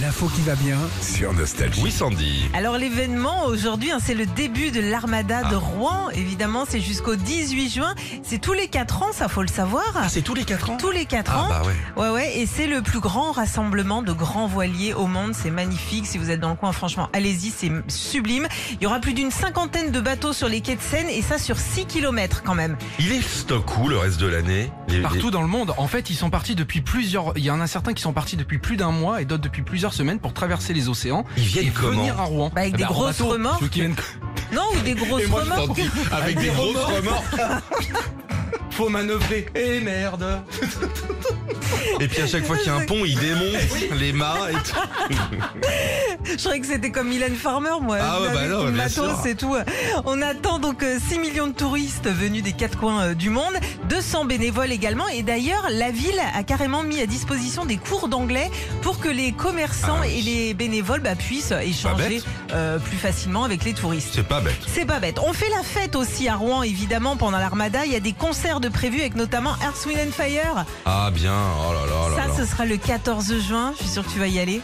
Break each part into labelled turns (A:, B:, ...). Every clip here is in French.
A: l'info qui va bien.
B: Sur Nostalgie.
C: Oui, Sandy.
D: Alors l'événement aujourd'hui, hein, c'est le début de l'armada
C: Ah.
D: de Rouen. Évidemment, c'est jusqu'au 18 juin. C'est tous les 4 ans, ça faut le savoir.
C: Ah, c'est tous les 4 ans
D: tous les 4
C: Ah,
D: ans.
C: bah ouais.
D: Ouais, ouais, et c'est le plus grand rassemblement de grands voiliers au monde. C'est magnifique. Si vous êtes dans le coin, franchement, allez-y, c'est sublime. Il y aura plus d'une cinquantaine de bateaux sur les quais de Seine et ça sur 6 km quand même.
C: Il est stock où le reste de l'année Les- les-
E: Partout dans le monde, en fait, ils sont partis depuis plusieurs. Il y en a certains qui sont partis depuis plus d'un mois et d'autres depuis plusieurs semaines pour traverser les océans
C: Ils viennent
E: et
C: comment
E: venir à Rouen.
D: Bah, avec
E: Eh
D: des
E: ben, en
D: grosses
E: bateau,
D: remorques.
E: ceux qui viennent-
D: Non, ou des grosses remorques.
C: avec des grosses remords.
E: Faut manœuvrer. Eh merde.
C: Et puis à chaque fois qu'il y a un pont, ils démontent les mâts et tout.
D: Je croyais que c'était comme Mylène Farmer, moi.
C: Ah ouais,
D: Avec
C: bah non,
D: mon
C: bien
D: matos
C: sûr.
D: et tout. On attend donc euh, 6 millions de touristes venus des quatre coins euh, du monde, 200 bénévoles également. Et d'ailleurs, la ville a carrément mis à disposition des cours d'anglais pour que les commerçants
C: Ah oui.
D: et les bénévoles bah, puissent échanger
C: bête.
D: euh, plus facilement avec les touristes.
C: C'est pas bête.
D: C'est pas bête. On fait la fête aussi à Rouen, évidemment, pendant l'Armada. Il y a des concerts de prévus avec notamment Earth, Wind and Fire.
C: Ah bien, oh là là oh là
D: Ça,
C: là.
D: ce sera le 14 juin. Je suis sûre que tu vas y aller.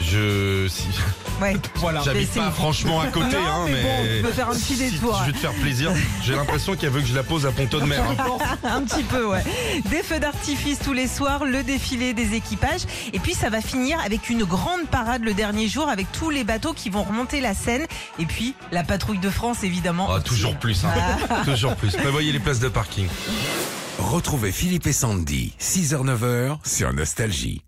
C: Je... Si...
D: Ouais.
E: Voilà.
C: J'habite
D: c'est-
C: pas franchement à côté,
D: Non,
C: hein,
D: mais bon, tu peux faire un petit
C: Si,
D: détour.
C: je vais te faire plaisir. J'ai l'impression qu'elle veut que je la pose à Ponto de Mer. hein.
D: Un petit peu, ouais. Des feux d'artifice tous les soirs, le défilé des équipages. Et puis, ça va finir avec une grande parade le dernier jour avec tous les bateaux qui vont remonter la Seine. Et puis, la patrouille de France, évidemment.
C: Ah, toujours plus, hein.
D: Ah.
C: toujours plus. Prévoyez les places de parking.
B: Retrouvez Philippe et Sandy, 6h-9h, sur Nostalgie.